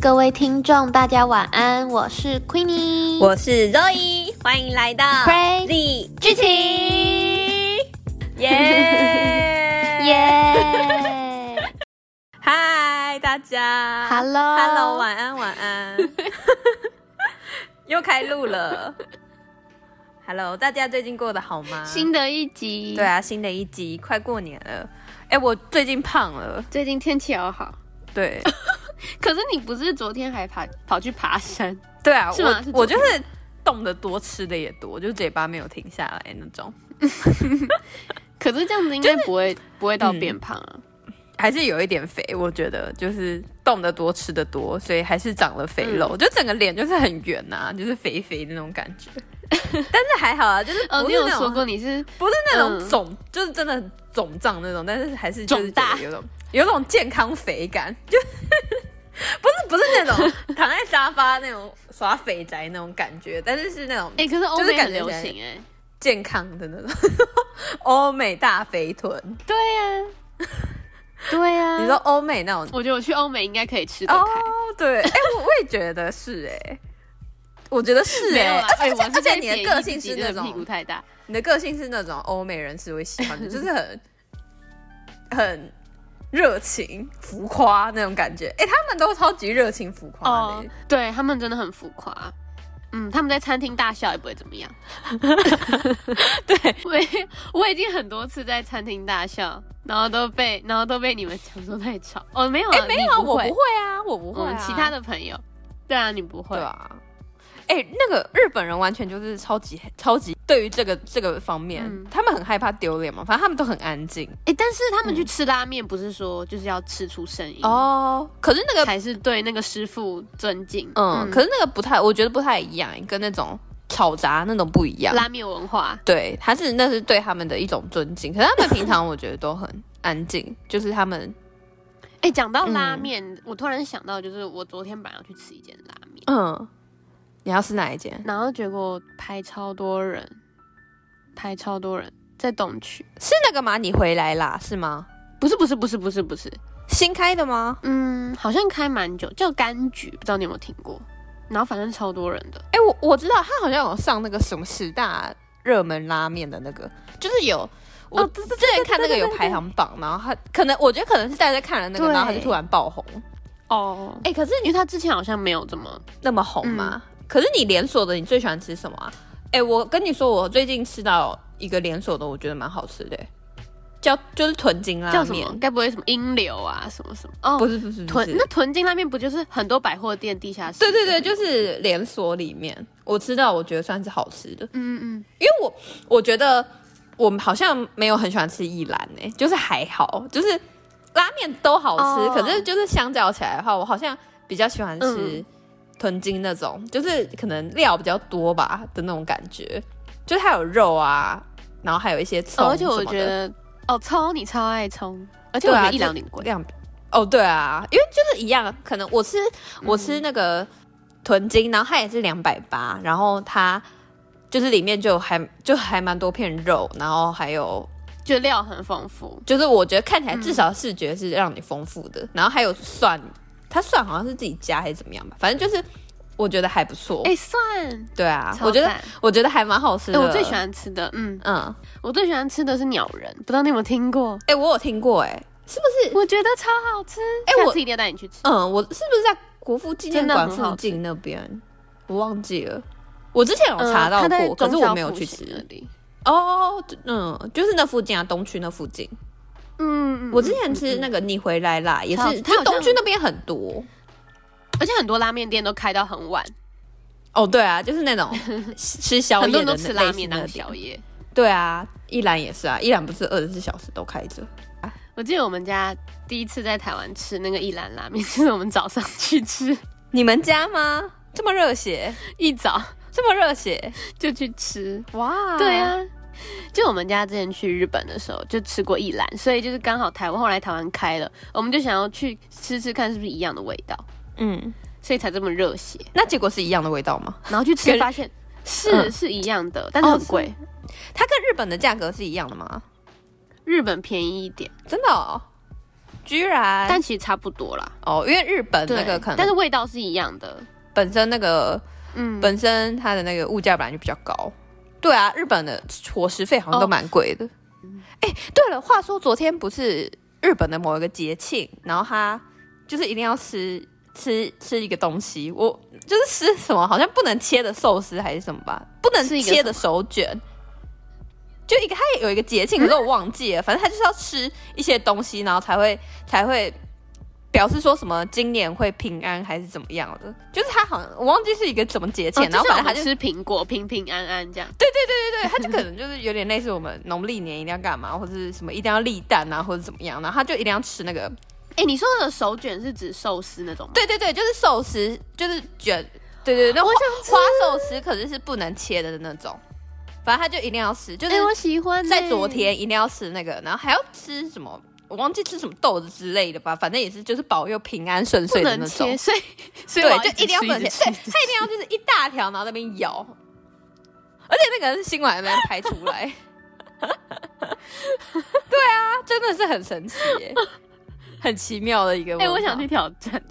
各位听众，大家晚安，我是 Queenie，我是 Zoe，欢迎来到 Pray Z 剧情， 耶耶 嗨，大家 Hello Hello，晚安晚 安，又开录了。Hello，大家最近过得好吗？新的一集，对，啊，新的一集快过年了。哎，我最近胖了，最近天气好好，对 可是你不是昨天还爬跑去爬山？ 对啊，是吗是我我昨就天是动的多，吃的也多，就嘴巴没有停下来那种。可是这样子应该不会、不会到嗯变胖啊？还是有一点肥，我觉得就是动得多，吃得多，所以还是长了肥嗯肉，就整个脸就是很圆呐、就是肥肥的那种感 觉。但是还好啊，就是哦，不是你有那说种，过你是不是那种嗯肿，就是真的肿胀那种，但是还是就是肿大觉得有种有种健康肥感， 就不是不是那 种躺在沙发那种耍肥宅那种感觉，但是是那种哎、可是欧就是美感很觉流起来行哎、健康的那种 欧美大肥臀。对呀、 对呀、啊 你说欧美那种我觉得我去欧美应该可以吃得开。哦，对，哎、我我也觉得是哎、我觉得是没有哎、啦，哎、而且我而是且在你贬的义个自性己是真那的屁股种，太大，你的个性是那种欧美人士会喜 欢的，就是很很热情浮夸那种感觉。哎、他们都超级热情浮夸的、哦，对他们真的很浮夸。嗯，他们在餐厅大笑也不会怎 么样。对，我也我已经很多次在餐厅大笑，然后都被然后都被你们讲说太吵。哦，没有、啊，哎、没有啊，你不我会，不会啊，我不我会、啊们其他的朋友，对啊，你不会对，啊。哎、那个日本人完全就是超级超级，对于这个这个方面，嗯他们很害怕丢脸嘛，反正他们都很安静哎、但是他们去吃拉面，不是说就是要吃出声音、嗯哦。可是那个才是对那个师傅尊敬。嗯，可是那个不太，我觉得不太一样，跟那种炒炸那种不一样。拉面文化，对，他是那是对他们的一种尊敬，可是他们平常我觉得都很安静， 就是他们，哎、讲到嗯拉面，我突然想到，就是我昨天本来要去吃一间拉面，嗯，你要是哪一间？然后结果排超多人，排超多人在东区，是那个吗？你回来啦，是吗？不是不是不是不是不是，新开的吗？嗯，好像开蛮久，叫柑橘，不知道你有没有听过？然后反正超多人的，哎、我我知道他好像有上那个什么十大热门拉面的那个，就是有。我哦之前看那个有排行榜，然后他可能我觉得可能是大家看了那个，对然后他就突然爆红。哦，哎、可是因为他之前好像没有这么，那么红吗？嗯可是你连锁的，你最喜欢吃什么啊？哎、我跟你说，我最近吃到一个连锁的，我觉得蛮好吃的、叫就是豚筋拉叫什么？面，该不会什么英流啊，什么什么？哦，不是不是不豚是那，豚筋拉面不就是很多百货店地下室？对对对，，就是连锁里面，我吃到我觉得算是好吃的，嗯嗯，因为我我觉得我们好像没有很喜欢吃一兰诶、就是还好，就是拉面都好吃哦可是就是相较起来的话，我好像比较喜欢嗯吃豚筋那种，就是可能料比较多吧的那种感觉，就是它有肉啊，然后还有一些葱、哦而且我觉。得，哦，葱你超爱葱，而且对我觉啊，得一两点贵。量哦，对啊，因为就是一样，可能我吃嗯我吃那个豚筋，然后它也是两百八，然后它就是里面就还就还蛮多片肉，然后还有就料很丰富。就是我觉得看起来至少视觉是让你丰富的，然后还有蒜，它蒜好像是自己加还是怎么样吧，反正就是我觉得还不错。哎、蒜，对啊，超我觉得赞我觉得还蛮好吃哎、的。我最喜欢吃的，嗯，嗯，我最喜欢吃的是鸟人，不知道你有没有听过？哎、我有听过哎、是不是？我觉得超好吃，哎下我次一定要带你去吃。嗯，我是不是在国父纪念真的馆很附好吃近那边？我忘记了。我之前有查到嗯它过，可在是忠我孝没有复去兴那吃。里。哦，嗯，就是那附近啊，东区那附近。嗯，嗯我之嗯前吃那个你回来啦，也超是，它好就东像区那边很多。而且很多拉面店都开到很晚，哦，对啊，就是那 种吃宵很多夜人的都那吃拉类似面啊那当个宵店。夜。对啊，一兰也是啊，一兰不是二十四小时都开着。我记得我们家第一次在台湾吃那个一兰拉面， 就是我们早上去吃，你们家吗？这么热血，一早这么热血，就去吃。哇！对，啊，就我们家之前去日本的时候就吃过一兰，所以就是刚好台湾后来台湾开了，我们就想要去吃吃看是不是一样的味道，嗯，所以才这么热血。那结果是一样的味道吗？然后去吃跟发现 是、嗯是一样的，但是很是贵，它跟日本的价格是一样的吗？日本便宜一点。真的、哦？居然，但其实差不多啦。哦，因为日本对，那个可能，但是味道是一样的。本身那个嗯，本身它的那个物价本来就比较高。对啊，日本的伙食费好像都哦蛮贵的。哎、对了，话说昨天不是日本的某一个节庆，然后他就是一定要吃吃吃一个东西，我就是吃什么好像不能切的寿司还是什么吧，不能是一个切的手卷。就一个，他也有一个节庆，可是我忘记 了。反正他就是要吃一些东西，然后才会才会表示说什么今年会平安还是怎么样的。就是他好像我忘记是一个什么节庆，哦然后就像反我正他们就吃苹果，平平安安这样。对，他就可能就是有点类似我们农历年一定要干嘛，或 者是什么一定要立蛋啊，或者怎么样，然后他就一定要吃那个，哎、你说的手卷是指寿司那种吗？对对对，就是寿司，就是卷，对对对，那花我想吃花寿司可是是不能切的那种，反正他就一定要吃，就哎、是我喜欢、在昨，天一定要吃那个，然后还要吃什么，我忘记吃什么豆子之类的吧，反正也是就是保佑平安顺不遂的能那切，种，所以所以对我，就直一定要吃不能切，直对，他吃一定要就是一大条，然后在那边咬。而且那个是新闻还没拍出来， 对啊，真的是很神奇耶，很奇妙的一个文哎、化。我想去挑战，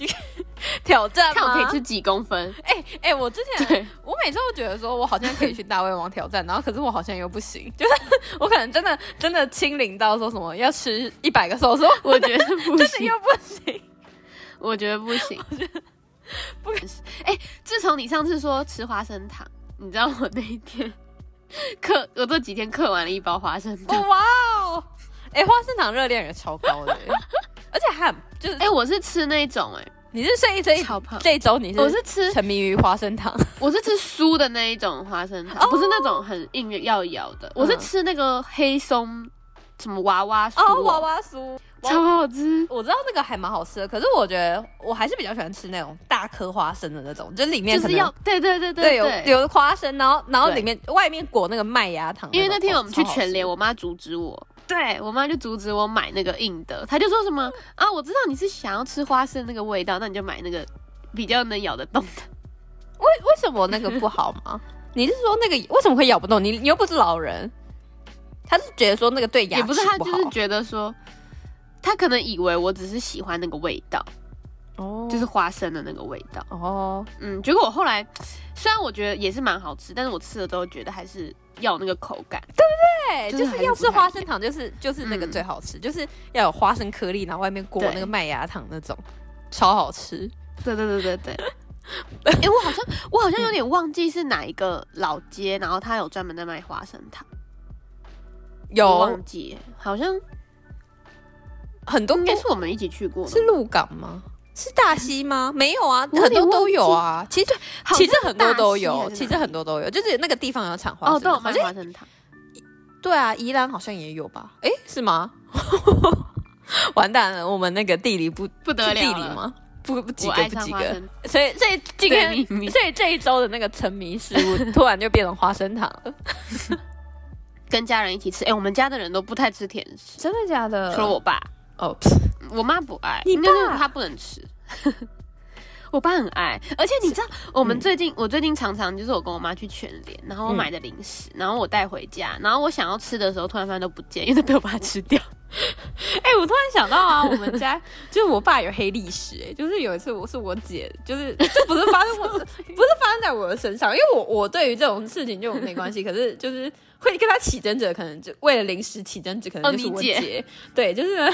挑战看我吗，可以吃几公分。哎哎、我之前对，我每次都觉得说，我好像可以去大胃王挑战，然后可是我好像又不行，就是我可能真的真的清零到说什么要吃一百个寿司，我我觉得真不的行，又不 行。我觉得不行， 不行。哎、自从你上次说吃花生糖，你知道我那一天嗑，我这几天嗑完了一包花生糖。哦哇哦，哎、花生糖热量也超高 的，而且还很就是哎、我是吃那种、你是这一这哎，一超胖。这一周你是我是吃沉迷于花生糖，我是吃酥的那一种花生糖，哦嗯不是那种很硬要咬的，我是吃那个黑松什么娃娃酥、哦娃，娃酥，超我好吃。我知道那个还蛮好吃的，可是我觉得我还是比较喜欢吃那种大颗花生的那种，就里面就可是能要对对对对对，有有花生，然后然后对里面外面裹那个麦芽糖种，因为那天我们去哦全联，超好我妈阻止我，对我妈就阻止我买那个硬的，她就说什嗯么啊，我知道你是想要吃花生那个味道，那你就买那个比较能咬得动的。吃为为什么那个不好 吗？你是说那个为什么会咬不动？你你又不是老人，他是觉得说那个对牙齿也不是她不就是好觉得说，她可能以为我只是喜欢那个味道，哦就是花生的那个味道。哦嗯，结果我后来虽然我觉得也是蛮好吃，但是我吃了之后觉得还是要有那个口感。对，就就是还是是要不吃太花一生糖，就是就是那个嗯最好吃，就是要有花生颗粒，然后外面裹对那个麦芽糖那种，超好吃。对对对对对。 哎、我好像我好像有点忘记是哪一个老街，然后他有专门在卖花生糖，我有忘记耶，好像很多应该都是我们一起去过的是鹿港吗？是大溪 吗？没有啊，我有很多点都忘有记啊。其实好其实像是很多都大有，溪还是其实哪里很多都有，就是那个地方有产花生哦，的，都有好卖像花生糖。对啊，宜兰好像也有吧？诶，是吗？ 完蛋了，我们那个地理不 不得是了地理了 吗？不不及我格爱不上及花格，生，所以所以今天对你你所以这一周的那个沉迷食物突然就变成花生糖了， 跟家人一起吃。哎、我们家的人都不太吃甜食，真的假的除了我爸， 哦，呃我妈不爱，你应该是爸她不能吃。 我爸很爱，而且你知道，我们最近、我最近常常就是我跟我妈去全联，然后我嗯买的零食，然后我带回家，然后我想要吃的时候，突然发现都不见，因为都被我爸吃掉。 哎、我突然想到啊，我们家就是我爸有黑历史、哎，就是有一次我是我姐，就是这不是发生我 不是发生在我的身上，因为我我对于这种事情就没关系，可是就是会跟他起争执，可能就为了零食起争执，可能哦就是你我姐对，就是 呢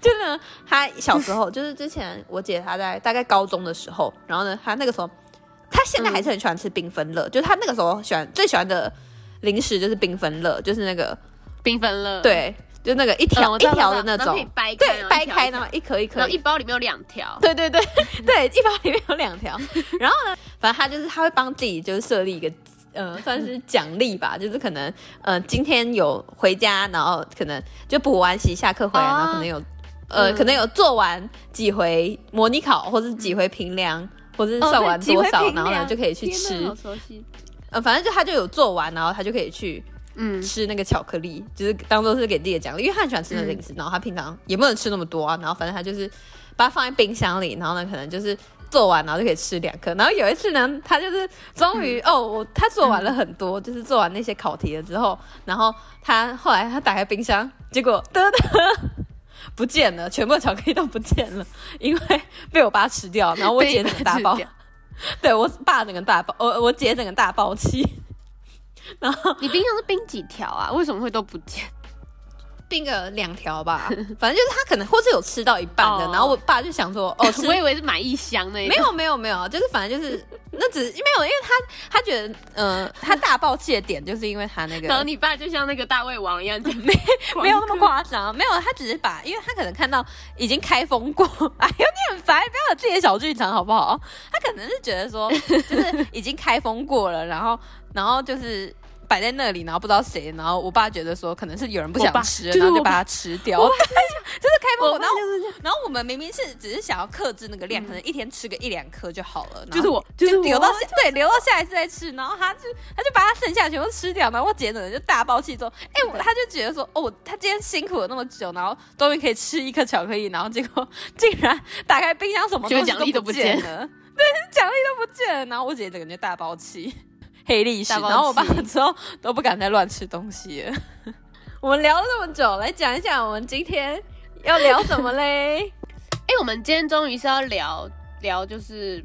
就是呢，他小时候就是之前我姐她在大概高中的时候，然后呢，她那个时候她现在还是很喜欢吃缤纷乐，嗯就是她那个时候喜欢最喜欢的零食就是缤纷乐，就是那个缤纷乐，对。就那个一嗯，条、我一知道条的我知道那然后可种以，掰开，对，掰开然呢，后一颗一然颗后，一包里面有两条，对 对对对，一包里面有两条。然后呢，反正他就是他会帮自己就是设立一个。呃，算是奖励吧， 就是可能，呃，今天有回家，然后可能就补完习，下课回来，哦然后可能有，呃，嗯可能有做完几回模拟考，或是几回平量，或是哦算对完几多回少，平然后呢凉就可以去天哪吃好，熟悉，呃，反正就他就有做完，然后他就可以去嗯，吃那个巧克力，就是当做是给自己的奖励，因为他很喜欢吃那个零嗯食，然后他平常也不能吃那么多啊，然后反正他就是把它放在冰箱里，然后呢可能就是做完然后就可以吃两颗，然后有一次呢，他就是终于、嗯哦，我他做完了很多，就是做完那些考题了之后，然后他后来他打开冰箱，结果得得不见了，全部的巧克力都不见了，因为被我爸吃掉，然后我姐整个大爆被你爸，对我爸整个大爆，我我姐整个大爆气，然后你冰箱是冰几条啊？为什么会都不见？冰个两条吧， 反正就是他可能或是有吃到一半的，哦然后我爸就想说， 哦，吃 我以为是买一箱那一没种有没有没有，就是反正就是那只没有，因为他他觉得呃他大爆气的点就是因为他那个然后你爸就像那个大胃王一 样，没 没有那么夸张，没有，他只是把，因为他可能看到已经开封过， 哎呦，你很烦，不要有自己的小剧场好不好？他可能是觉得说，就是已经开封过了，然后，然后就是摆在那里，然后不知道谁，然后我爸觉得说，可能是有人不我想爸吃，就是然后就我把爸它吃掉， 对就是开封过，我爸然后，然后我们明明是只是想要克制那个量，可能一天吃个一两颗就好了，然后嗯就是我就是我留到下对留到下一次再吃，然后他就他就把他剩下全部吃掉，然后我姐整个就大爆气说，哎、我他就觉得说，哦，他今天辛苦了那么久，然后终于可以吃一颗巧克力，然后结果 竟然打开冰箱什么东西结果奖励都都不不见见了，对，奖励都不见了，然后我姐整个就大爆气。 黑历史，大爆然后我爸气之后都不敢再乱吃东西了。 我们聊了这么久，来讲一讲我们今天要聊什么嘞？哎、我们今天终于是要聊聊，就是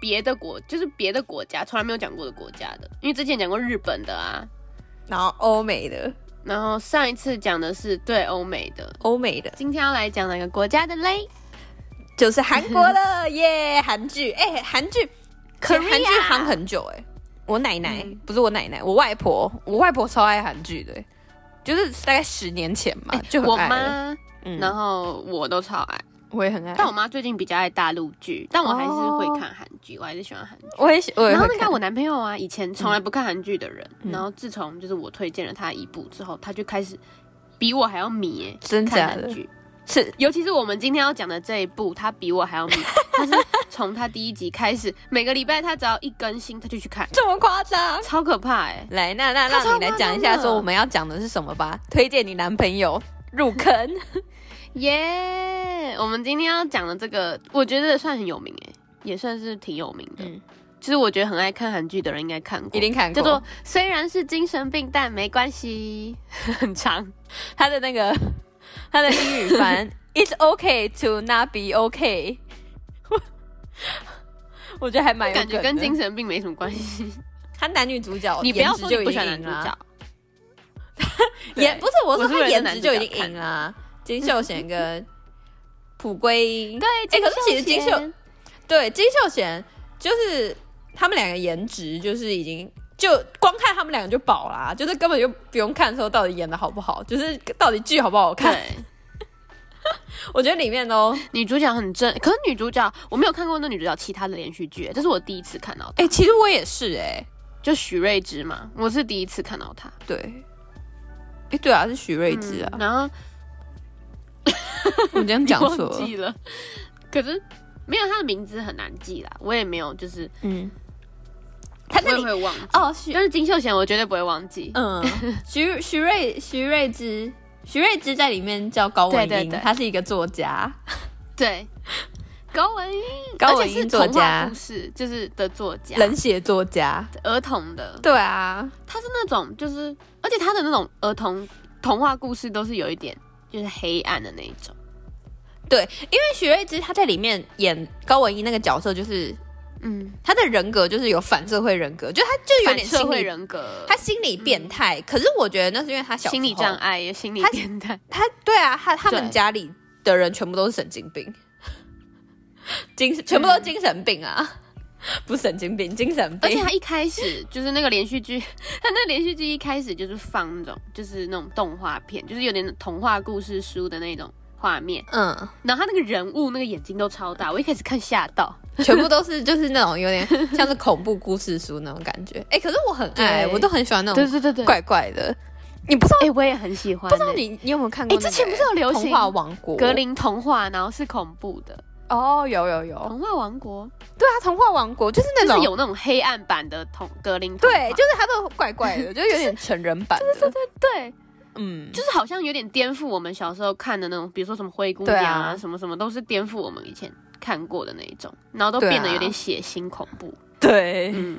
别的国，就是别的国家，从来没有讲过的国家的，因为之前讲过日本的啊， 然后欧美的，然后上一次讲的是对欧美的，欧美的今天要来讲哪个国家的嘞？就是韩国了 耶，韩剧，哎、韩剧，其实 Korea 韩剧夯很久哎、我奶奶、嗯不是我奶奶，我外婆，我外婆超爱韩剧的、哎就是大概十年前嘛，就哎我很爱了。妈，嗯然后我都超爱，我也很爱，但我妈最近比较爱大陆剧，但我还是会哦看韩剧，我还是喜欢韩剧。我也喜，我也然后会那看个我男朋友啊，以前从来不看韩剧的人，嗯然后自从就是我推荐了他一部之后，他就开始比我还要迷、欸，真看假韩的，剧。是尤其是我们今天要讲的这一部，他比我 还要迷。他是从他第一集开始，每个礼拜他只要一更新，他就去看，这么夸张。超可怕哎、来，那那他让超你来夸讲一张下，的说我们要讲的是什么吧？推荐你男朋友入 坑，耶、我们今天要讲的这个，我觉得算很有名哎、也算是挺有名的。嗯其实我觉得很爱看韩剧的人应该看过，一定看过。叫做“虽然是精神病，但没关系”， 很长。他的那个 他的英语 翻 "It's okay to not be okay"，我我觉得还蛮有感觉跟精神神病没什么关系。他男女主角你不要哦颜值说就你不喜欢已男经主赢了 角，也不是我我说他是为了颜男值主就已角经看赢了， 金秀贤 跟蒲桂英对，哎可是其实金金秀秀贤对金秀贤就是他们两个颜值就是已经。就光看他们两个就饱啦，就是根本就不用看说到底演的好不好，就是到底剧好不好看。对我觉得里面都，女主角很正，可是女主角我没有看过那女主角其他的连续剧，这是我第一次看到哎、她，其实我也是哎、就许睿芝嘛，我是第一次看到她。对，哎、对啊，是许睿智啊，嗯然后我今天讲错 忘了，记了，可是没有她的名字很难记啦，我也没有就是嗯，他我那也里会忘记，哦，许但是金秀贤我绝对不会忘记。嗯，许许睿许睿智，许睿智在里面叫高文英，对对对他是一个作家，对，高文英，高嗯而文且是英作童话家故，事啊就是的作家，冷血作家，儿童的，对啊，他是那种就是，而且他的那种儿童童话故事都是有一点就是黑暗的那一种，对，因为许睿智他在里面演高文英那个角色，就是嗯，他的人格就是有反社会人格，就他就是有反点社心会理，人格，嗯他心理变态，可是我觉得那是因为他小时候心理障碍也心理他变态，他对啊，他他们对家里的人全部都是神经病， 精全部都是精神病啊， 不是神经病，精神而且病。他一开始就是那个连续剧， 他那个连续剧一开始就是放那种就是那种动画片，就是有点童话故事书的那种画面，嗯，然后他那个人物那个眼睛都超大，我一开始看吓到，全部都是就是那种有点 像是恐怖故事书那种感觉。哎、可是我很爱，对我都很喜欢那对种对对对，怪怪的。你不知道哎、我也很喜欢、不知道欸你你有没有看哎、过、那个之前不是有流童行话王国》格林童话，然后是恐怖的哦，有有有，童话王国。对啊，《童话王国》就是那就种是有那种黑暗版的同格林童话对，就是它都怪怪的，就有点成人 版的，对，嗯，就是好像有点颠覆我们小时候看的那种，比如说什么灰姑对娘啊什么什么，都是颠覆我们以前看过的那一种，然后都对啊变得有点血腥恐 怖。嗯对， 嗯，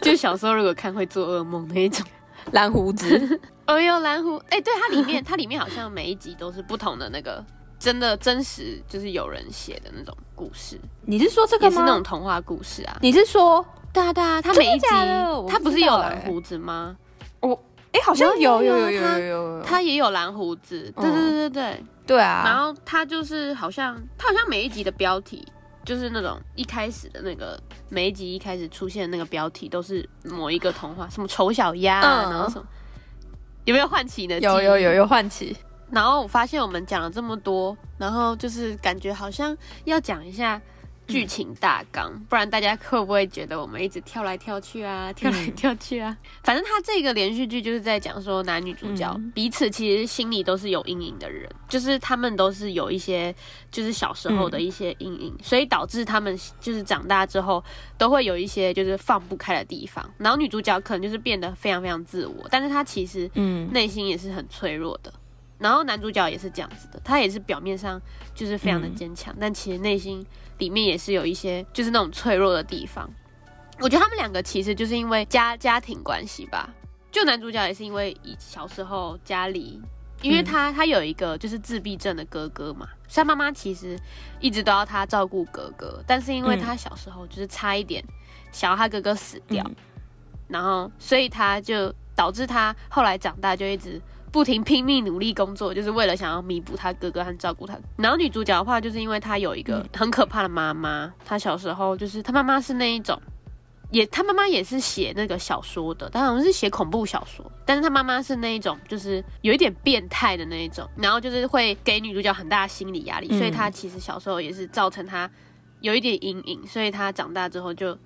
就是小时候如果看会做噩梦那一种。蓝胡子，哦哟，蓝湖，哎、对，它里 面它里面好像每一集都是不同的那个，真的真实就是有人写的那种故事， 你是说这也个是吗？那种童话故事啊。你是说，对啊对啊，它每一集真的假的我它不不知是有道蓝欸胡子吗？哎、好像有有有有有有有有，它也有蓝胡子，对对对对对。对然啊，后它就是好像它好像每一集的标题就是那种一开始的那个每一集一开始出现的那个标题都是某一个童话，什么丑小鸭啊，嗯然后什么。有没有唤起你的？有有有。有唤起，然后我发现我们讲了这么多，然后就是感觉好像要讲一下剧情大纲，不然大家会不会觉得我们一直跳来跳去啊，跳来跳去啊？反正他这个连续剧就是在讲说男女主角、嗯彼此其实心里都是有阴影的人，就是他们都是有一些就是小时候的一些阴影，所以导致他们就是长大之后都会有一些就是放不开的地方。然后女主角可能就是变得非常非常自我，但是她其实嗯内心也是很脆弱的。然后男主角也是这样子的，他也是表面上就是非常的坚强，嗯但其实内心里面也是有一些就是那种脆弱的地方。我觉得他们两个其实就是因为家家庭关系吧，就男主角也是因为以小时候家里，因嗯为他、他有一个就是自闭症的哥哥嘛，所以他妈妈其实一直都要他照顾哥哥，但是因为嗯他小时候就是差一点想要他哥哥死掉，嗯然后所以他就导致他后来长大就一直不停拼命努力工作，就是为了想要弥补他哥哥和照顾他。然后女主角的话，就是因为她有一个很可怕的妈妈，她小时候就是她妈妈是那一种。也，她妈妈也是写那个小说的，她好像是写恐怖小说，但是她妈妈是那一种，就是有一点变态的那一种，然后就是会给女主角很大的心理压力，嗯所以她其实小时候也是造成她有一点阴影，所以她长大之后就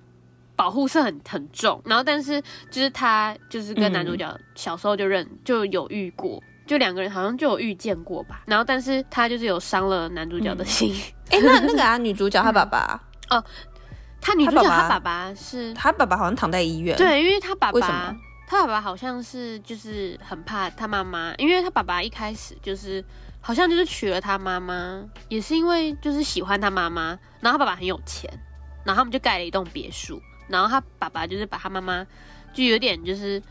保护色很很重，然后但是就是她就是跟男主角小时候就认就有遇过，就两个人好像就有遇见过吧，然后但是她就是有伤了男主角的心，哎、那那个啊，女主角她爸爸，她女主角她爸爸她爸爸是她爸爸好像躺在医院，，对，因为她爸为什么爸她爸爸好像是就是很怕她妈妈，因为她爸爸一开始就是好像就是娶了她妈妈，也是因为就是喜欢她妈妈，然后她爸爸很有钱，然后他们就盖了一栋别墅，然后她爸爸就是把她妈妈就有点就是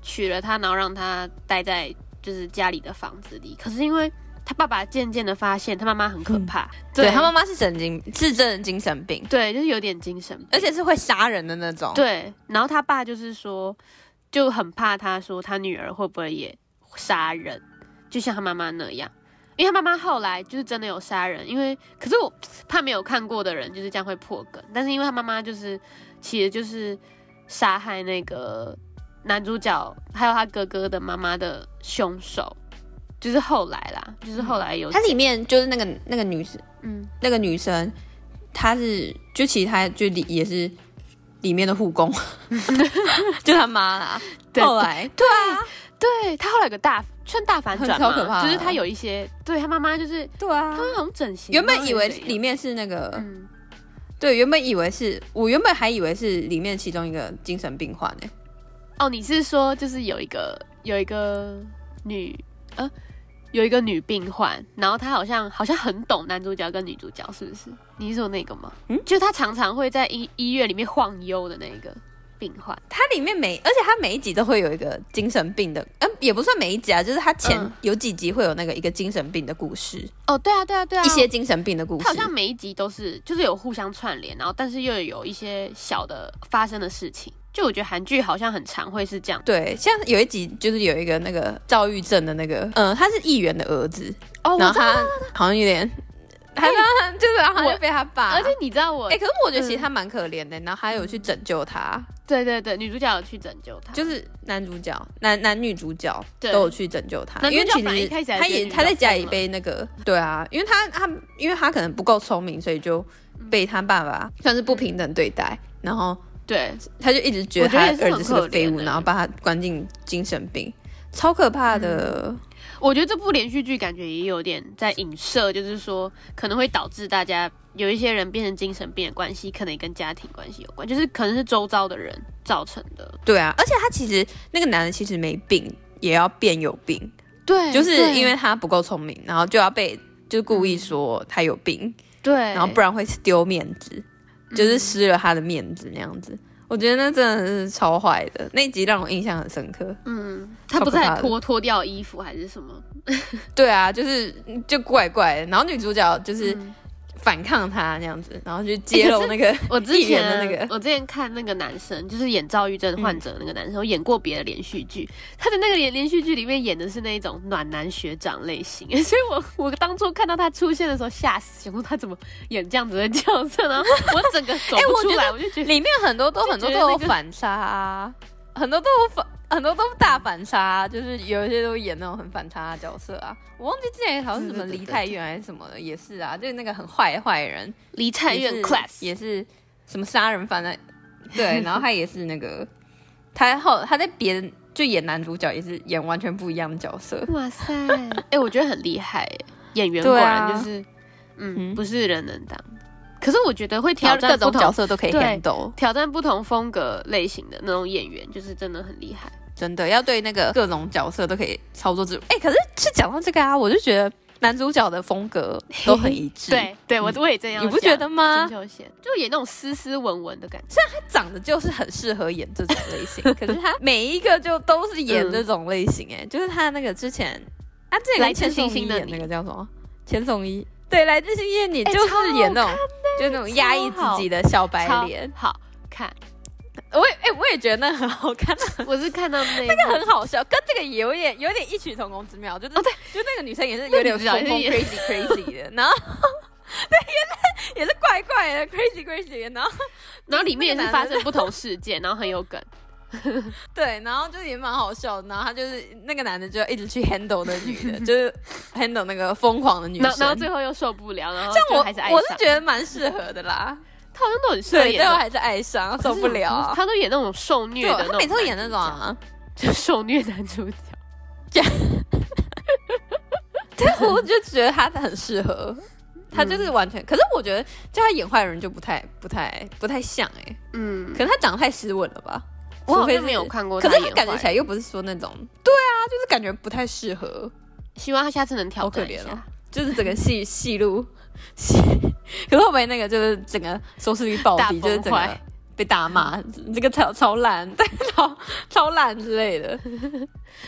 娶了她，然后让她待在就是家里的房子里，可是因为。她爸爸渐渐的发现，她妈妈很可怕，嗯对她妈妈是神经是真的精神病，对，就是有点精神病而且是会杀人的那种，，对，然后他爸就是说，就很怕他说他女儿会不会也杀人，就像他妈妈那样。因为他妈妈后来就是真的有杀人，因为可是我怕没有看过的人就是这样会破梗，但是因为他妈妈就是其实就是杀害那个男主角还有他哥哥的妈妈的凶手，就是后来啦，就是后来有她里面就是那个那个女嗯那个女生，她是就其实她就里也是里面的护 工，就她妈啦，对后来对啊，对他后来有个大算大反很转超嘛可怕就是啊他有一些对他妈妈就是对啊他们好像整形，原然本后以为还是怎样里面是那个，嗯，对，原本以为是我原本还以为是里面其中一个精神病患欸呢、哦，你是说就是有一个有一个女呃有一个女病患，然后她好像好像很懂男主角跟女主角，是不是？你是说那个吗？嗯，就她常常会在医医院里面晃悠的那个病患。它里面每，而且它每一集都会有一个精神病的，嗯，也不算每一集啊，就是它前嗯有几集会有那个一个精神病的故事，哦，对啊，对啊，对啊，一些精神病的故事它好，像每一集都是就是有互相串联，然后但是又有一些小的发生的事情。就我觉得韩剧好像很常会是这样。对，像有一集就是有一个那个躁郁症的那个，嗯，他是议员的儿子，哦，我然后知道。哎他好像有点， 他他就是然后我就被他爸，而且你知道我，嗯哎、可是我觉得其实他蛮可怜的，然后还有去拯救他，对对对，女主角有去拯救他，就是男主角、男男女主角都对有去拯救他，男因主角为其本来一实开始还他觉得也女主角他在家里疯了被那个对啊，因为他他因为他可能不够聪明，所以就嗯被他爸爸算是不平等对待，然后对，他就一直觉得嗯我觉他得也是儿子是个很可怜废物，欸然后把他关进精神病，超可怕嗯的。我觉得这部连续剧感觉也有点在影射，就是说可能会导致大家有一些人变成精神病的关系，可能也跟家庭关系有关，就是可能是周遭的人造成的。对啊，而且他其实那个男的其实没病，也要变有病，对嗯就是因为他不够聪明，然后就要被就是故意说他有病，对，嗯然后不然会丢面子，就是失了他的面子那样子。我觉得那真的是超坏的，那一集让我印象很深刻。嗯，他超不是可怕还的脱脱掉衣服还是什么？对啊，就是就怪怪的，然后女主角就是嗯反抗他那样子，然后就揭露那个我之议员前的那个嗯我之前看那个男生，就是演躁郁症患者的那个男生，我演过别的连续剧，他的那个连连续剧里面演的是那一种暖男学长类型， 所以我我当初看到他出现的时候吓死，想说他怎么演这样子的角色呢？然后我整个 走哎我觉不出得来，我就觉得 里面很多都很多就都觉得那有个反差、啊，很多都有反，很多都大反差、啊，就是有一些都演那种很反差的角色啊。我忘记之前好像是什么对对对梨泰院还是什么的，也是啊，就是那个很坏的坏人，离太也远是 class 也是什么杀人 犯的，啊对，然后他也是那个，他后他在别人就演男主角，也是演完全不一样的角色。哇塞，哎、我觉得很厉害耶，演员果对啊然就是，嗯，嗯不是人能当。可是我觉得会挑挑战各不种同角色都可以对 handle，挑战不同风格类型的那种演员，就是真的很厉害。真的要对那个各种角色都可以操作自如。哎、可是是讲到这个啊，我就觉得男主角的风格都 很一致，，对对，我我也这样，你不觉得？吗金？秀贤就演那种斯斯文文的感觉，他长得就是很适合演这种类型，可是他每一个就都是演这种类型、哎、就是他那个之前，啊他之前来跟自千颂星伊星的演你那个叫什么？千颂伊，对，来自星星的你哎就是演那种，就那种压抑自超好己的小白超脸。好看。我也，哎、我也觉得那很好看，啊我是看到 那那个个很好笑，跟这个也有点有点异曲同工之妙，就是、哦对，就那个女生也是有点疯那疯个女 crazy crazy 的，然后 对，也是也是怪怪的 crazy crazy 的，然后然后里面也那是个男发的生不同事件，然后很有梗。对，然后就是也蛮好笑的，然后他就是那个男的就一直去 handle 那女的，就是 handle 那个疯狂的女然生后，然后最后又受不了，然后像就我还是爱上。我是觉得蛮适合的 啦，他好像都很适合对，演最后那种，还是爱上，受可是不了啊。他都演那种受虐对，的那种，他每次都演那种，啊，就受虐男主 角。但啊 我就觉得他很适合，他嗯就是完全。可是我觉得叫他演坏人就不太、不太、不太像哎、嗯可，能他长得太斯文了吧？我除好非像没有看过可他是演他坏。感觉起来又不是说那种，对啊，就是感觉不太适合，希望他下次能挑好可战一怜下。哦。就是整个戏戏路戏， 可是后面那个就是整个收视率暴大跌，崩就是整个坏被大骂，这个超超烂，对，超超烂之类的。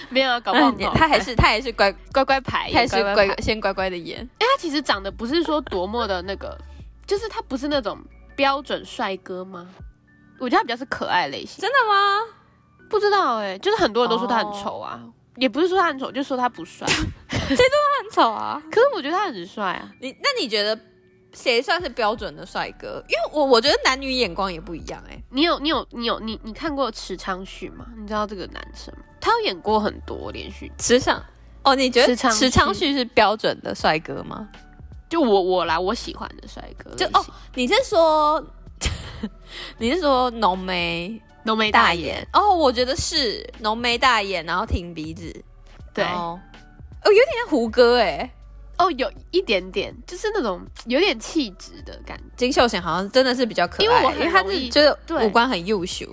没有啊，搞不好嗯 他还是他还是乖， 乖乖牌，他还是乖哎乖牌。先乖乖的演，哎，他其实长得不是说多么的那个，就是他不是那种标准帅哥吗？我觉得他比较是可爱类型。真的吗？不知道哎、就是很多人都说他很丑啊，也不是说他很丑，就说他不帅。啊很丑啊。 可是我觉得他很帅啊，你那你觉得谁算是标准的帅哥？因为我我觉得男女眼光也不一样哎、你有你有你有你你看过池昌旭吗？你知道这个男生吗？他有演过很多连续剧，池上哦，你觉得池昌旭池昌旭是标准的帅哥吗？就我我啦，我喜欢的帅哥类就型，哦，你是说 你是说浓眉浓眉大大眼眼，？哦，我觉得是浓眉大眼，然后挺鼻子，对然后哦，有点像胡歌哎。哦，有一点点，就是那种有点气质的感觉，金秀贤好像真的是比较可爱，因为我很因为他容易是就是对五官很优秀，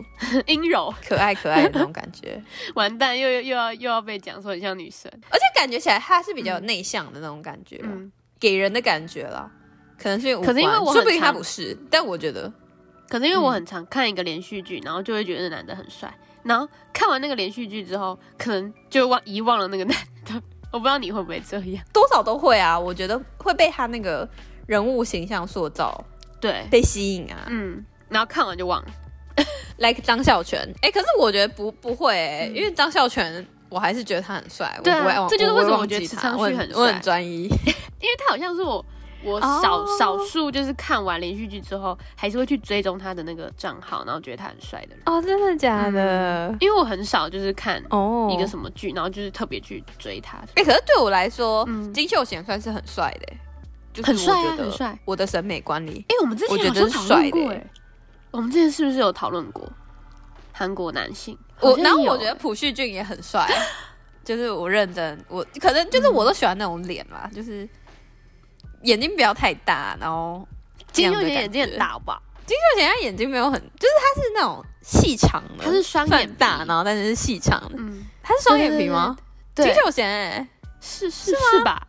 阴柔，可爱可爱的那种感 觉，完蛋，又又又要又要被讲说很像女生，而且感觉起来他是比较内向的那种感觉，嗯，给人的感觉啦。可能是因为五可是因为官我说很不定他常不是，但我觉得可是因为我很常看一个连续剧，然后就会觉得那男的很帅，然后看完那个连续剧之后，可能就忘遗忘了那个男的。 我不知道你会不会这样，多少都会啊，我觉得会被他那个人物形象塑造对，被吸引啊、嗯，然后看完就忘了， l i k e 张孝全，哎、可是我觉得不不会、欸嗯因为张孝全我还是觉得他很帅，我不对啊会忘，这就是我不会为什么忘我觉得记池他昌我旭很很我帅很专一，因为他好像是我我哦少、少数就是看完连续剧之后，还是会去追踪他的那个账号，然后觉得他很帅的人，哦，真的假的？因为我很少就是看哦一个什么剧，然后就是特别去追他的，哎、可是对我来说，嗯金秀贤算是很帅的、欸，就是很帅我啊，觉得很帅。我的审美观里，哎、我们之我前觉好得像是讨帅的论过欸哎、我们之前是不是有讨论过韩国男性？我好像然后有哎我觉得朴叙俊也很 帅，就是我认真，我可能就是嗯我都喜欢那种脸啦，就是眼睛不要太大，然后这金样秀的贤感眼睛觉很大，好不好？秀贤他眼睛没有很，就是他是那种细长的，他是双眼算皮大，然后但是是细长的，嗯，他是双眼皮吗？金对，秀贤、欸，是是是吧？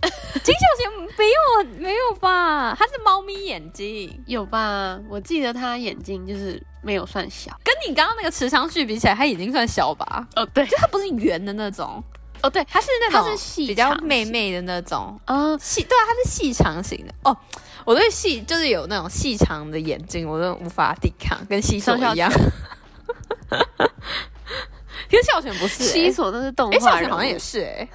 金秀贤没有没有吧？他是猫咪眼睛，有吧？我记得他眼睛就是没有算小。跟你刚刚那个池昌旭比起来，它已经算小吧？哦，对，就它不是圆的那种，哦对，它是那种它是细比较长妹型妹的那种啊、 细，对啊，它是细长型的哦。我对细就是有那种细长的眼睛，我都无法抵抗，跟西索上校一样。 可是孝犬不是、欸，西索那是动哎、孝画犬人好物。像也哎、是哎、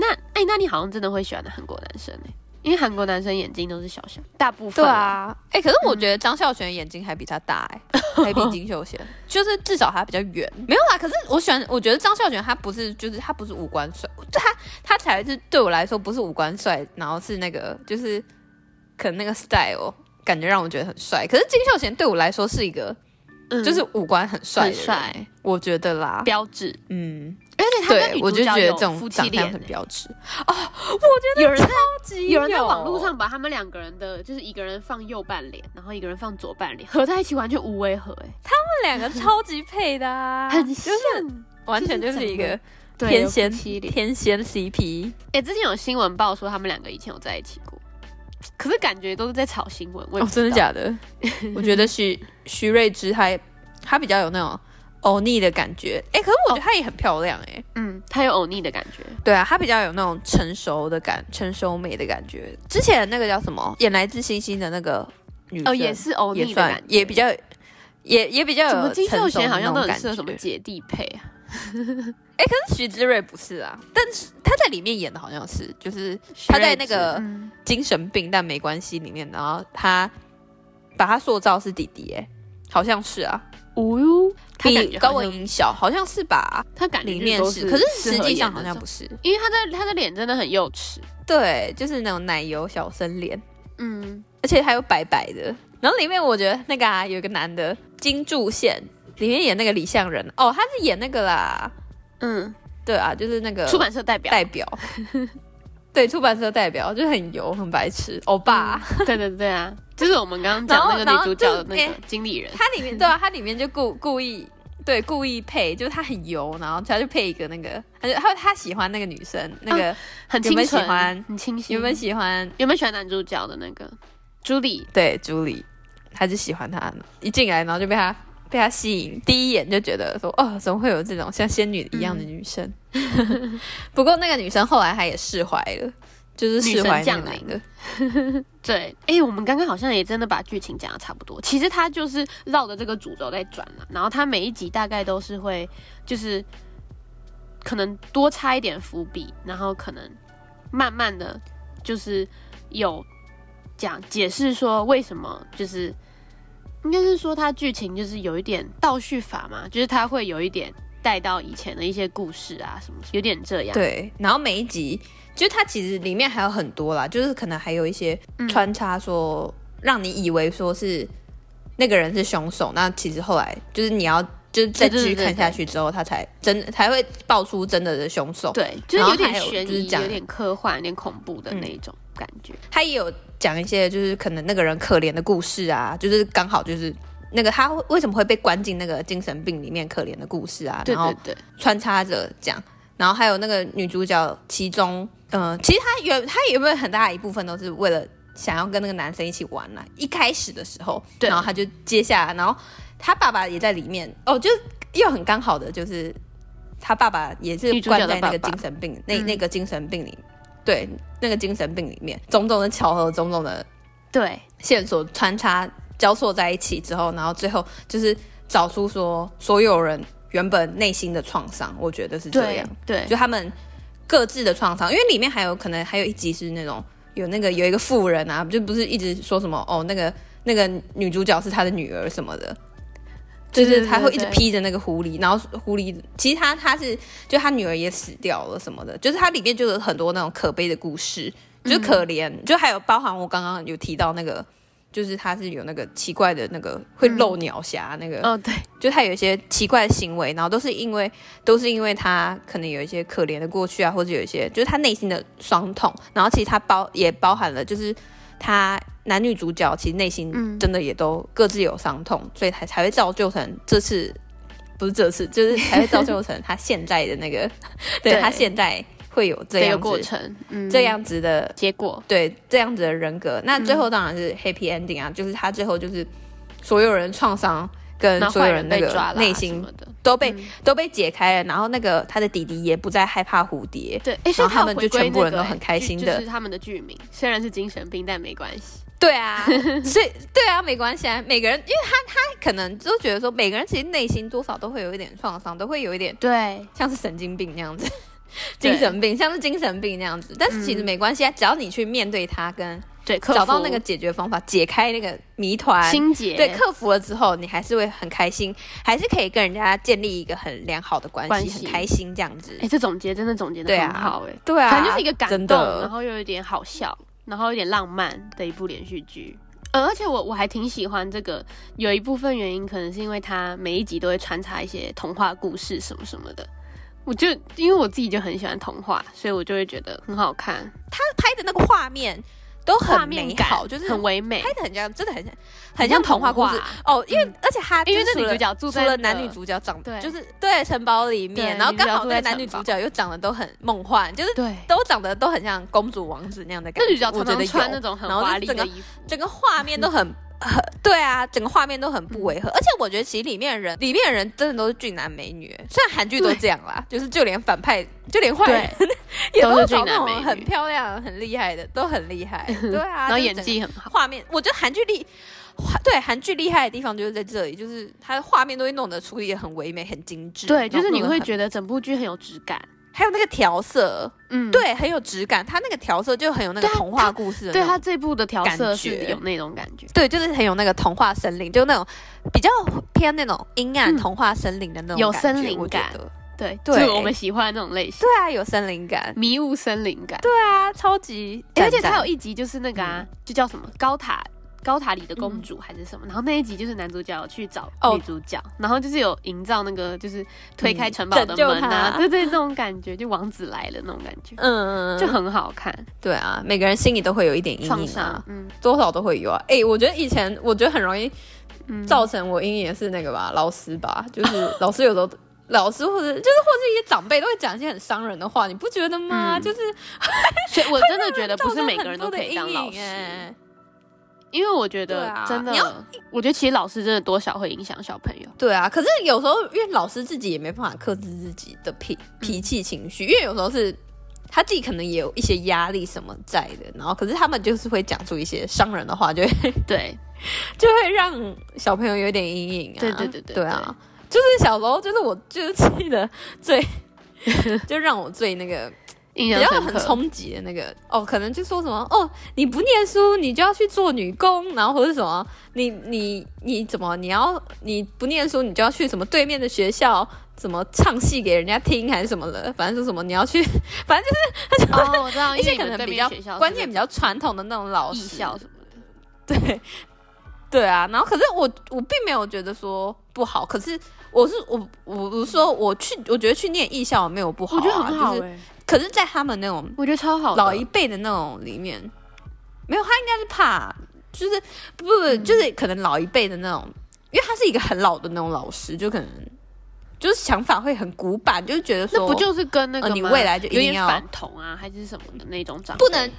那哎、那你好像真的会喜欢的韩国男生哎、因为韩国男生眼睛都是小小，大部分对，啊，哎、可是我觉得张孝全眼睛还比他大哎、还 比金秀贤，就是至少他比较圆。没有啦，可是我喜欢，我觉得张孝全他不是，就是他不是五官帅，他他才是对我来说不是五官帅，然后是那个就是可能那个 style 哦感觉让我觉得很帅。可是金秀贤对我来说是一个嗯就是五官很帅的人很帅，我觉得啦，标志，嗯，而且他跟对女，我主就角觉得有这种夫妻长相脸很欸、标志，有人在级有人在网络上把他们两个人的，就是一个人放右半脸，然后一个人放左半脸，合在一起完全无违和、欸，两个超级配的、啊，很就像是完全就是一就个是整。对天仙有夫妻脸。天仙 CP，哎、之前有新闻报说他们两个以前有在一起过，可是感觉都是在炒新闻。我也哦不，知真的道？假的？ 我觉得徐徐瑞芝还她比较有那种欧尼的感觉，哎、可是我觉得她也很漂亮、哎、嗯，他有欧尼的感觉。对啊，她比较有那种成熟的感，成熟美的感觉。之前那个叫什么《演来自星星》的那个女生哦，也是欧也尼的算感觉，也比较也也比较什么有金秀成熟贤的好像都那种很感适合什么觉姐弟配啊。哎、可是徐之瑞不是啊，但是她在里面演的好像是，就是她在那个嗯精神病但没关系里面，然后她把她塑造是弟弟、哎，好像是啊，哦哟，他感比觉高好像文莹小，好像是吧？他感觉里面都是，是，可是实际上好像不是，是。因为他的他的脸真的很幼齿。对，就是那种奶油小生脸，嗯，而且还有白白的。然后里面我觉得那个啊，有一个男的金柱宪，里面演那个李相仁哦，他是演那个啦，嗯，对啊，就是那个出版社代表，代表，对，出版社代表，就很油很白痴，欧巴。嗯对对对 啊，就是我们刚刚讲那个然后女主角的然那后个经理人，它里面对啊，它里面就故故意对故意配，就是他很油，然后他就配一个那个，他就他他喜欢那个女生，那个、很有没有清喜纯，欢很清新。原本喜欢有没有喜欢男主角的那个朱莉？对朱莉，他就喜欢她，一进来然后就被她被她吸引，第一眼就觉得说哦，怎么会有这种像仙女一样的女生？ 不过那个女生后来她也释怀了，就是释怀那个男女的，对，哎、我们刚刚好像也真的把剧情讲的差不多。其实它就是绕着这个主轴在转了、然后它每一集大概都是会，就是可能多插一点伏笔，然后可能慢慢的就是有讲解释说为什么就是。应该是说它剧情就是有一点倒叙法嘛，就是它会有一点带到以前的一些故事啊什么，有点这样。对，然后每一集就是它其实里面还有很多啦，就是可能还有一些嗯穿插说，让你以为说是那个人是凶手，那其实后来就是你要。就是再继对对续对看下去之后，他才真才会爆出真的的凶手。对，就然是后有点还有悬就是疑，讲有点科幻，有点恐怖的嗯那一种感觉。他也有讲一些就是可能那个人可怜的故事啊，就是刚好就是那个他为什么会被关进那个精神病里面可怜的故事啊，对然后对对，穿插着讲，然后还有那个女主角其中，呃，其实她原她有没有很大一部分都是为了想要跟那个男生一起玩啦、一开始的时候，对然后她就接下来，然后她爸爸也在里面，哦，就是又很刚好的就是她爸爸也是女主角关的在那个爸爸精神病那嗯那个精神病里，对，那个精神病里面种种的巧合，种种的对线索穿插交错在一起之后，然后最后就是找出说所有人原本内心的创伤，我觉得是这对样，对，就他们各自的创伤，因为里面还有可能还有一集是那种有那个有一个富人啊，就不是一直说什么哦那个那个女主角是他的女儿什么的。就对是对他会对一直对披着那个狐狸，然后狐狸其实他他是就他女儿也死掉了什么的，就是它里面就有很多那种可悲的故事，就是可怜，就还有包含我刚刚有提到那个，就是他是有那个奇怪的那个会露鸟侠那个，哦对，就他有一些奇怪的行为，然后都是因为都是因为他可能有一些可怜的过去啊，或者有一些就是他内心的伤痛，然后其实他包也包含了就是他男女主角其实内心嗯真的也都各自有伤痛，所以才才会造就成这次不是这次，就是才会造就成他现在的那个， 对对他现在会有这这样个子过程，嗯，这样子的结果，对这样子嗯的人格，那最后当然是 happy ending 啊，就是他最后就是所有人创伤跟然后所有坏人那被个抓了啊内什心么的。嗯都被、都被解开了，然后那个他的弟弟也不再害怕蝴蝶，对，哎，所然以后他有们就回归全部那人个都欸很开剧心就的是他们的剧名虽然是精神病，但没关系。对啊， 所以对啊，没关系啊，每个人，因为他他可能就觉得说，每个人其实内心多少都会有一点创伤，都会有一点对，像是神经病那样子，对精神病像是精神病那样子，但是其实没关系啊，只要你去面对它，跟对，克找到服那个解决方法，解开那个谜团。心结，对，克服了之后，你还是会很开心，还是可以跟人家建立一个很良好的关系，关系很开心这样子哎、。这总结真的总结的对很啊好哎、对啊，反正就是一个感真动，的然后又有点好笑，然后有点浪漫的一部连续剧。呃，而且我我还挺喜欢这个，有一部分原因可能是因为它每一集都会穿插一些童话故事什么什么的。我就因为我自己就很喜欢童话，所以我就会觉得很好看，拍的那个画面都画很面美感好，就是很唯美。拍的很像，真的很像，很像童话故事童话哦。因为、而且他因为就是那除女了主角住除在了那男女个主角长，对就是对城堡里对面，然后女主角刚好住那在个男城女堡主角又长得都很梦幻，就是对，都长得都很像公主王子那样的感那觉。女主角我常觉得有常穿那种很然后就华丽整的个衣服，整个画面都很。 很对啊，整个画面都很不嗯违和，而且我觉得其实里面的人，里面的人真的都是俊男美女，虽然韩剧都对这样啦，就是就连反派，就连坏人对， 也都是找俊那男种美很女漂亮、很厉害的，都很厉 害。对啊，然后就是演整个技很好。画面，我觉得韩剧厉，画对韩剧厉害的地方就是在这里，就是它的画面都会弄得处理的很唯美、很精致。对，就是你会得，觉得整部剧很有质感。还有那个调色，嗯，对，很有质感。它那个调色就很有那个对啊童话故事的对，那它种，这部的调色感是觉有那种感觉。对，就是很有那个童话森林，就那种比较偏那种阴暗嗯童话森林的那种有感森觉林我觉感得对，对就是我们喜欢的那种类型，对啊，有森林感，迷雾森林感。对嗯啊，超级欸赞赞。而且它有一集就是那个啊，就叫什么高塔。高塔里的公主还是什么，然后那一集就是男主角去找嗯哦女主角，然后就是有营造那个就是推开城堡嗯的拯救门啊，她对对，那种感觉，就王子来了那种感觉，嗯，就就很好看，对啊，每个人心里都会有一点阴创影啊伤，，嗯多少都会有啊。哎、我觉得以前我觉得很容易嗯，造成我阴影的是那个吧，老师吧，就是老师有时候。 老师或者就是或者一些长辈都会讲一些很伤人的话，你不觉得吗？嗯就是所以我真的觉得不造是成每个人都很多可的以当阴老影师，哎因为我觉对得啊真的，你要我觉得其实老师真的多少会影响小朋友，对啊，可是有时候因为老师自己也没办法克制自己的脾脾气情绪，因为有时候是他自己可能也有一些压力什么在的，然后可是他们就是会讲出一些伤人的话，就会 对，就会让小朋友有点阴影啊。对对对对对啊，就是小时候，就是我就是记得最， 就让我最那个印比象较深很 刻，冲击的那个哦，可能就说什么哦，你不念书，你就要去做女工，然后或者什么，你你你怎么你要你不念书，你就要去什么对面的学校。怎么唱戏给人家听还是什么的，反正说什么你要去， 反正就是哦，我知道，一因些为你可们能对比面较学校观念比较传统的那种老艺师，校什么的，对，对啊。然后可是我我并没有觉得说不好，可是我是我我我说我去，我觉得去念艺校没有不好、啊，我觉得很好、欸，就是可是，在他们那种我觉得超好的，老一辈的那种里面，没有他应该是怕，就是不不、不就是可能老一辈的那种，因为他是一个很老的那种老师，就可能。就是想法会很古板，就是觉得说，那不就是跟那个、呃吗？你未来就一有定点要反同啊，还是什么的那种长辈不能，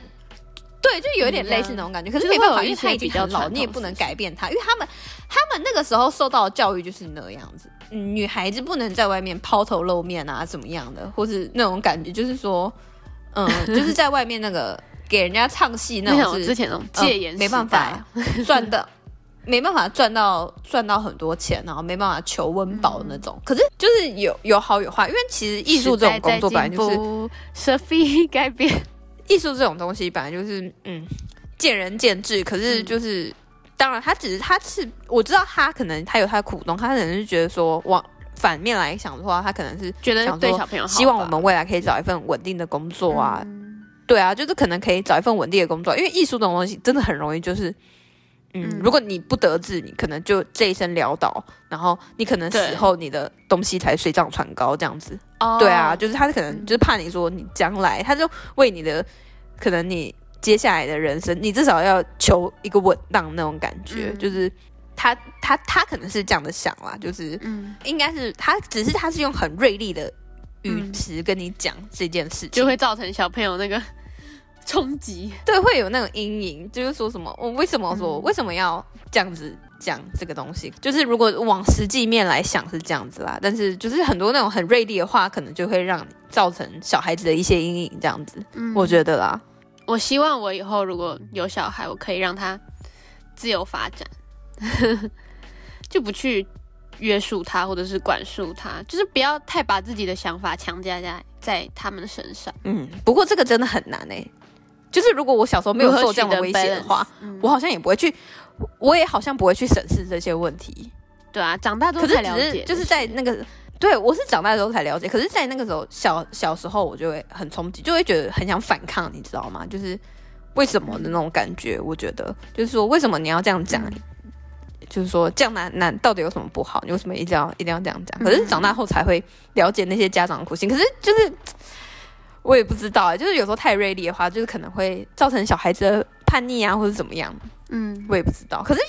对，就有点类似那种感觉。可是没办法，因为他已经很老，你也不能改变他，因为他们他们那个时候受到的教育就是那样子，嗯女孩子不能在外面抛头露面啊，怎么样的，或是那种感觉，就是说， 嗯，就是在外面那个给人家唱戏那那种种之是前那种嗯戒严、没办法， 赚的。没办法赚到赚到很多钱，然后没办法求温饱的那种。可是就是有有好有坏，因为其实艺术这种工作本来就是是 Sophie 改 变，艺术这种东西本来就是嗯见仁见智，可是就是、当然他只是他是我知道他可能他有他的苦衷，他可能是觉得说往反面来想的话，他可能是觉得想对说小朋友好吧，嗯希望我们未来可以找一份稳定的工作啊，对啊，就是可能可以找一份稳定的工作，因为艺术这种东西真的很容易就是。嗯嗯，如果你不得志，你可能就这一生潦倒，然后你可能对死后你的东西才水涨船高这样子。哦对啊，，就是他可能嗯就是怕你说你将来，他就为你的可能你接下来的人生，你至少要求一个稳当那种感觉，嗯就是他他他可能是这样的想啦，就是嗯，应该是他只是他是用很锐利的语嗯词跟你讲这件事情，就会造成小朋友那个 冲击，对会有那种阴影，就是说什么我为什么说、嗯为什么要这样子讲这个东西，就是如果往实际面来想是这样子啦，但是就是很多那种很锐利的话，可能就会让造成小孩子的一些阴影，这样子，嗯我觉得啦，我希望我以后如果有小孩，我可以让他自由发展， 就不去约束他或者是管束他，就是不要太把自己的想法强加在在他们身上。嗯，不过这个真的很难哎、就是如果我小时候没有受这样的威胁的话，嗯我好像也不会去，我也好像不会去审视这些问题，对啊，长大之后可是才了只是解，就是在那个，对我是长大之后才了解，可是，在那个时候小小时候，我就会很冲击，就会觉得很想反抗，你知道吗？就是为什么的那种感觉，我觉得就是说，为什么你要这样嗯讲？就是说，这样难难到底有什么不好？你为什么一定要一定要这样讲？可嗯是长大后才会了解那些家长的苦心。可是就是我也不知道、欸，就是有时候太锐利的话，就是可能会造成小孩子的叛逆啊，或者怎么样。嗯，我也不知道。可是，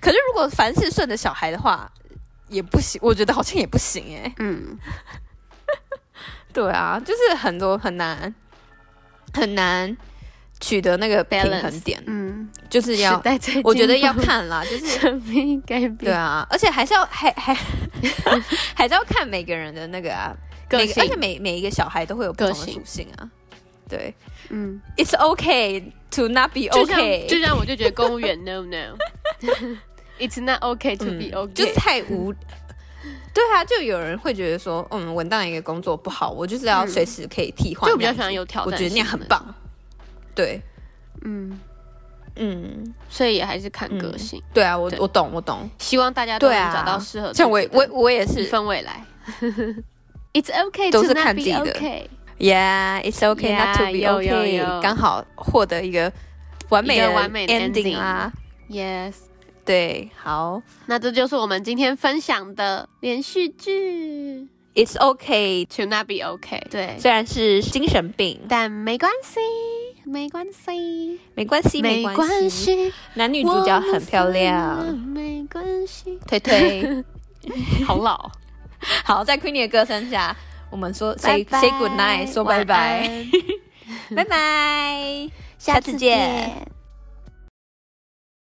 可是如果凡事顺着小孩的话，也不行。我觉得好像也不行哎、嗯， 对啊，就是很多很难很难取得那个平 Balance 衡点，嗯，就是要时代在进步，啊我觉得要看啦， 就是生命改对变啊，而且还是要还还 还是要看每个人的那个啊，个每个而性且，每每一个小孩都会有不个同的性属性啊。对嗯， ，It's okay to not be 就像 okay，就像我就觉得公务员 no no。It's not okay to 嗯 be okay，、就是太 无。对啊，就有人会觉得说，嗯，稳当一个工作不好，我就是要嗯随时可以替换就那样子。比较喜欢有挑战我觉得那样很性的棒。对，嗯，嗯，所以也还是看个嗯性。对啊，我对呃我懂，我懂。希望大家都对能啊找到适合自己像我的我我也是份未来。It's okay，都 to 是 not 看 be 自己的 okay， ，Yeah, it's okay not to be Yeah，有有 okay，有刚好获得一个完美的一个完美的 ending 啦。 Yes，对，好那这就是我们今天分享的连续剧，It's okay， ，To not be okay。对，虽然是精神病，但没关系，没关系，没关系，没关关系，系，男女主角很漂我们亮，没关系。推推。 好老，好，在 Queenie 的歌声下，我们说 say 拜拜 say good night，说拜晚拜，安拜拜，下下次次见见。